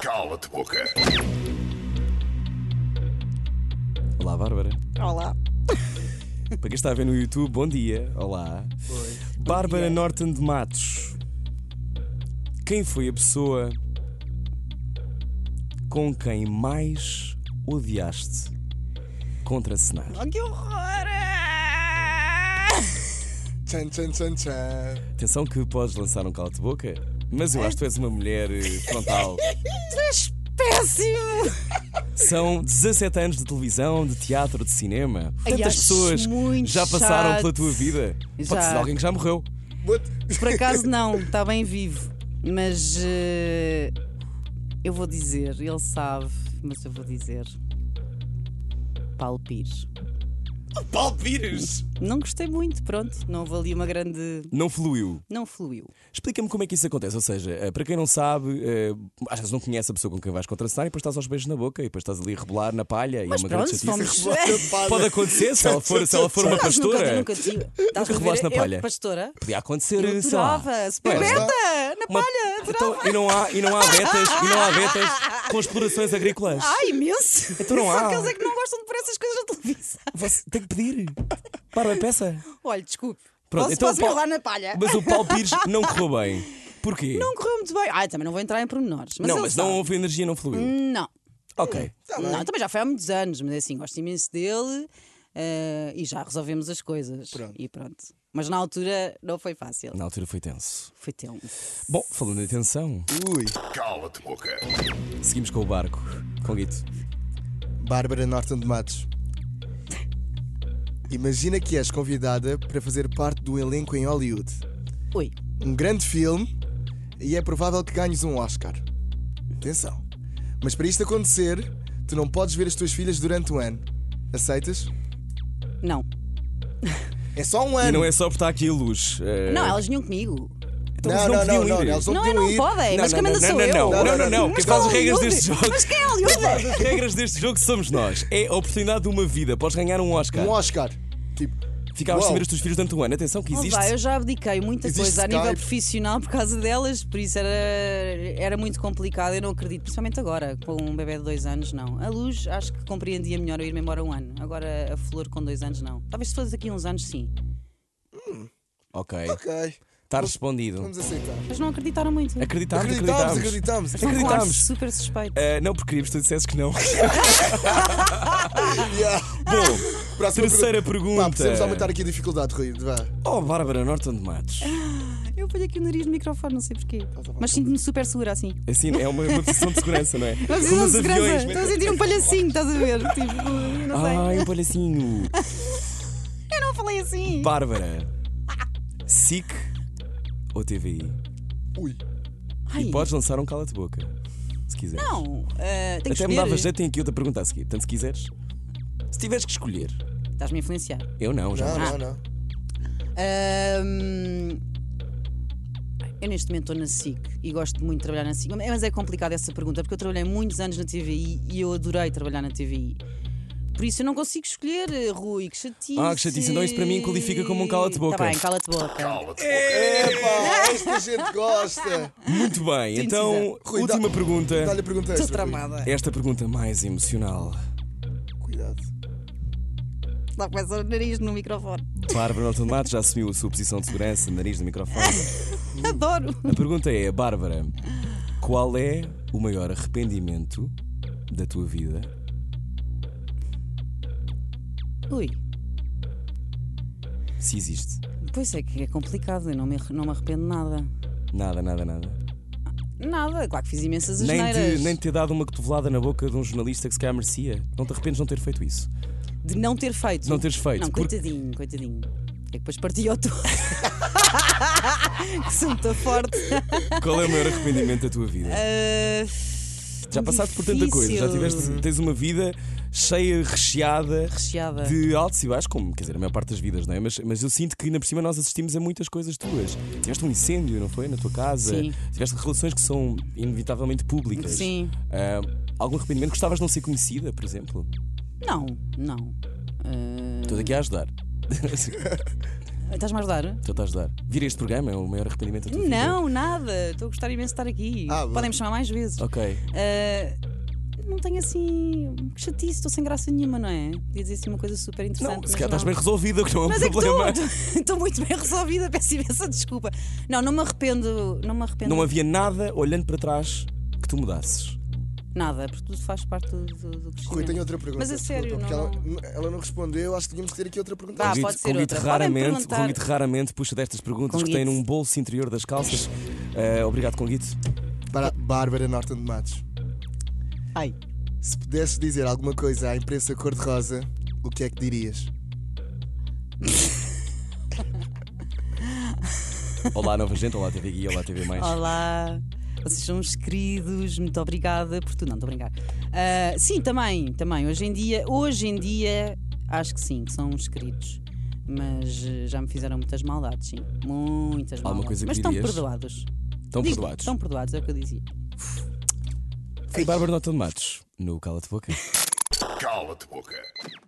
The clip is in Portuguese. Cala-te boca. Olá, Bárbara. Olá. Para quem está a ver no YouTube, bom dia. Olá. Bárbara Norton de Matos. Quem foi a pessoa com quem mais odiaste contracenar? Oh, que horror! Tchan, tchan, tchan, tchan. Atenção que podes lançar um calo de boca, mas eu acho que tu és uma mulher eh, frontal. Tu és péssimo! São 17 anos de televisão, de teatro, de cinema. Ai, Tantas acho pessoas muito já passaram chato. pela tua vida. Pode Já. ser alguém que já morreu. What? Por acaso não, está bem vivo. Mas eh, eu vou dizer, ele sabe, mas eu vou dizer. Paulo Pires. Paulo Pires! Não gostei muito, pronto, não houve ali uma grande. Não fluiu. Não fluiu. Explica-me como é que isso acontece. Ou seja, eh, para quem não sabe, eh, às vezes não conhece a pessoa com quem vais contracenar e depois estás aos beijos na boca e depois estás ali a rebolar na palha e é uma pronto, grande chatice. fomos. Pode acontecer se ela for, se ela for uma Nós nunca- pastora. Nunca, tive. Estás a revelaste ver? na palha. Eu, pastora? Podia acontecer, Eu sei lá. adorava. Não é? Superbeta! Na Uma- palha! Adorava! Então, e, não há, e não há betas, e não há betas com explorações agrícolas. Ah, imenso! Então não há. Só que eles é que não gostam de pôr essas coisas na televisão. Você tem que pedir. Para a peça. Olha, desculpe. Pronto, posso então posso o Paulo- rolar na palha? Mas o Paulo Pires não correu bem. Porquê? Não correu muito bem. Ah, também não vou entrar em pormenores. Mas não, ele mas sabe. Hum. não houve Tá energia, não fluiu. Não. Ok. Não, também já foi há muitos anos, mas é assim, gosto imenso dele eh, e já resolvemos as coisas. E pronto. Mas na altura não foi fácil. Na altura foi tenso. Foi tão. Bom, falando em tensão, Ui, Cala-te boca. seguimos com o barco. Com Guito. Bárbara Norton de Matos. Imagina que és convidada para fazer parte do elenco em Hollywood. Ui. Um grande filme e é provável que ganhes um Oscar. Atenção. Mas para isto acontecer, tu não podes ver as tuas filhas durante o ano. Aceitas? Não. É só um E ano. não é só por estar aqui a luz. eh, Não, elas vinham comigo. então não, eles não, não, podiam não, ir. eles não, Não, é, podiam não ir. podem, mas quem manda não, sou não, eu. não, não, não, não, não, Quem Mas faz as qual regras Hollywood? destes jogos? Mas quem é Hollywood? As regras deste jogo somos nós. É a oportunidade de uma vida. Podes ganhar um Oscar. Um Oscar. Tipo, Ficavas Uau. sem ver os teus filhos durante um ano. Atenção que Não existe. vá, eu já abdiquei muita Existe coisa a nível Skype. profissional por causa delas, por isso era, era muito complicado, eu não acredito, principalmente agora, com um bebê de dois anos, não. A luz acho que compreendia melhor eu ir-me embora um ano. Agora a flor com dois anos não. Talvez se fosse daqui a uns anos sim. Ok. ok. Está respondido. Vamos aceitar. Mas não acreditaram muito. Acreditámos, Acreditamos, acreditámos. acreditamos. Estão com um ar Tá, acreditamos. super suspeito. Eh, não, porque queríamos que tu dissesses que não. É Yeah. Bom, Próxima terceira pergunta. Pá, precisamos aumentar aqui a dificuldade, Rui. Vá. Oh, Bárbara Norton de Matos. Eu ponho aqui o nariz no microfone, não sei porquê. Mas sinto-me super segura assim. Assim, é uma, uma posição de segurança, não é? Não Como precisam de os segurança. aviões. Estou a sentir um palhacinho, estás a ver? Tipo, não sei. Ai, um palhacinho. Eu não falei assim. Bárbara. SIC ou TVI? Ui. Ai, E podes lançar um cala-te-boca, se quiseres. Não, eh, tenho que Até me dava escolher. jeito, tenho aqui outra pergunta a seguir. Portanto, se quiseres, se tiveres que escolher, Estás-me a influenciar. eu não, já. Não, Ah. não, não. Ahm, eu neste momento estou na SIC e gosto muito de trabalhar na SIC. Mas é complicada essa pergunta, porque eu trabalhei muitos anos na TVI e eu adorei trabalhar na TVI. Por isso eu não consigo escolher, eh, Rui, que chatice. Ah, que chatice. Então isso para mim qualifica como um cala-te-boca. Está bem, cala-te boca. Cala-te boca. Epá, esta gente gosta. Muito bem, então, Rui, última dá- pergunta. Dá-lhe a pergunta Estou extra, Rui. tramada. Esta pergunta mais emocional. Cuidado. Lá começa o nariz no microfone. Bárbara Norton de Matos já assumiu a sua posição de segurança, nariz no microfone. Hum. Adoro. A pergunta é, Bárbara, qual é o maior arrependimento da tua vida? Ui, Se existe. pois é que é complicado, eu não me, arre- não me arrependo de nada. Nada, nada, nada. Nada, claro que fiz imensas Nem asneiras. de, nem de ter dado uma cotovelada na boca de um jornalista que se calhar merecia. Não te arrependes de não ter feito isso. De não ter feito. De não teres feito. Não, porque coitadinho, coitadinho. É que depois partiu tu. que sou muito forte. qual é o maior arrependimento da tua vida? Ah, Já tão passaste por tanta coisa, já difícil. tiveste, tens uma vida cheia, recheada, Recheada. de altos e baixos, como quer dizer, a maior parte das vidas, não é? Mas, mas eu sinto que ainda por cima nós assistimos a muitas coisas tuas. Tiveste um incêndio, não foi? Na tua casa, Sim. tiveste relações que são inevitavelmente públicas. Sim. Ah, algum arrependimento? Gostavas de não ser conhecida, por exemplo? Não, não. Ah, Estou aqui a ajudar. Estás-me a ajudar? Estou-te a ajudar. Vir este programa é o maior arrependimento da tua vida? Não, nada. Estou a gostar imenso de estar aqui. Ah, bom. Podem-me chamar mais vezes. Ok. Ah, não tenho assim. Que chatice, estou sem graça nenhuma, não é? Podia dizer assim uma coisa super interessante. Não, mas se calhar não. estás bem resolvida, que não é um Mas é que problema. estou- estou muito bem resolvida, peço imensa desculpa. Não, não me arrependo, não me arrependo Não havia nada olhando para trás que tu mudasses. nada, porque tudo faz parte do, do do crescimento. Rui, tenho outra pergunta. Mas a desculpa, sério, porque não- Ela, ela não respondeu, acho que tínhamos que ter aqui outra pergunta. Vá, Mas- Conguito- Ah, pode ser Conguito outra. Podem raramente, perguntar. Conguito raramente puxa destas perguntas que têm Conguito. num bolso interior das calças. Eh, obrigado, Conguito. Para Bárbara Norton de Matos, Ai, se pudesses dizer alguma coisa à imprensa cor-de-rosa, o que é que dirias? Olá, nova gente. Olá, TV Guia. Olá, TV Mais. olá, vocês são uns queridos, muito obrigada por tudo. Não, estou a brincar. Ah, sim, também, também. Hoje em dia, hoje em dia, acho que sim, que são uns queridos. Mas eh, já me fizeram muitas maldades, sim. Muitas Alguma maldades. coisa que Mas estão dirias? perdoados. Estão Digo, perdoados. Estão perdoados, é o que eu dizia. Foi Bárbara Nota de Matos, no Cala-te Boca. Cala-te boca.